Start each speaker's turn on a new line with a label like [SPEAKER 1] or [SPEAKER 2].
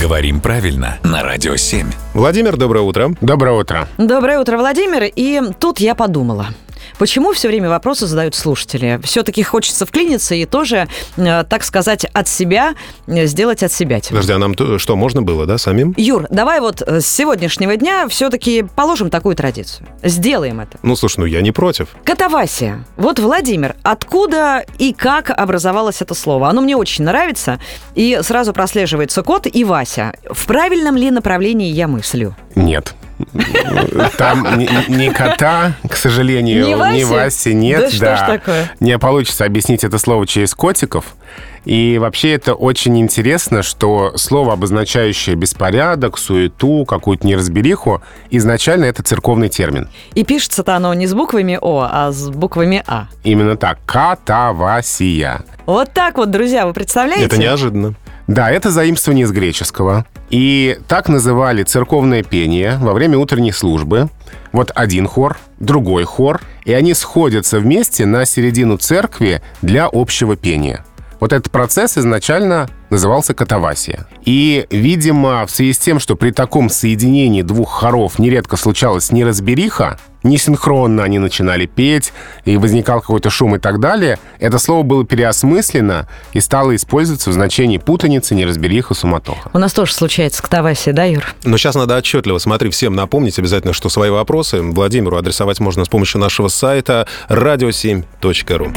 [SPEAKER 1] Говорим правильно на Радио 7.
[SPEAKER 2] Владимир, доброе утро.
[SPEAKER 3] Доброе утро.
[SPEAKER 4] Доброе утро, Владимир. И тут я подумала. Почему все время вопросы задают слушатели? Все-таки хочется вклиниться и тоже, э, так сказать, от себя э, сделать от себя.
[SPEAKER 2] Подожди, а нам то- что, можно было, да, самим?
[SPEAKER 4] Юр, давай вот э, с сегодняшнего дня все-таки положим такую традицию. Сделаем это.
[SPEAKER 2] Ну, слушай, ну я не против.
[SPEAKER 4] Катавасия. Вот, Владимир, откуда и как образовалось это слово? Оно мне очень нравится. И сразу прослеживается кот и Вася. В правильном ли направлении я мыслю?
[SPEAKER 3] Нет. Там ни- ни кота, к сожалению,
[SPEAKER 4] Ни Васи?
[SPEAKER 3] ни Васи нет.
[SPEAKER 4] Да что ж такое?
[SPEAKER 3] Не получится объяснить это слово через котиков. И вообще это очень интересно, что слово, обозначающее беспорядок, суету, какую-то неразбериху, изначально это церковный термин.
[SPEAKER 4] И пишется-то оно не с буквами О, а с буквами А.
[SPEAKER 3] Именно так. Катавасия.
[SPEAKER 4] Вот так вот, друзья, вы представляете?
[SPEAKER 2] Это неожиданно.
[SPEAKER 3] Да, это заимствование из греческого. И так называли церковное пение во время утренней службы. Вот один хор, другой хор, и они сходятся вместе на середину церкви для общего пения. Вот этот процесс изначально назывался катавасия. И, видимо, в связи с тем, что при таком соединении двух хоров нередко случалась неразбериха, несинхронно они начинали петь, и возникал какой-то шум и так далее, это слово было переосмыслено и стало использоваться в значении путаница, неразбериха, суматоха.
[SPEAKER 4] У нас тоже случается катавасия, да, Юр?
[SPEAKER 2] Но сейчас надо отчетливо, смотри, всем напомнить обязательно, что свои вопросы Владимиру адресовать можно с помощью нашего сайта radio7.ru.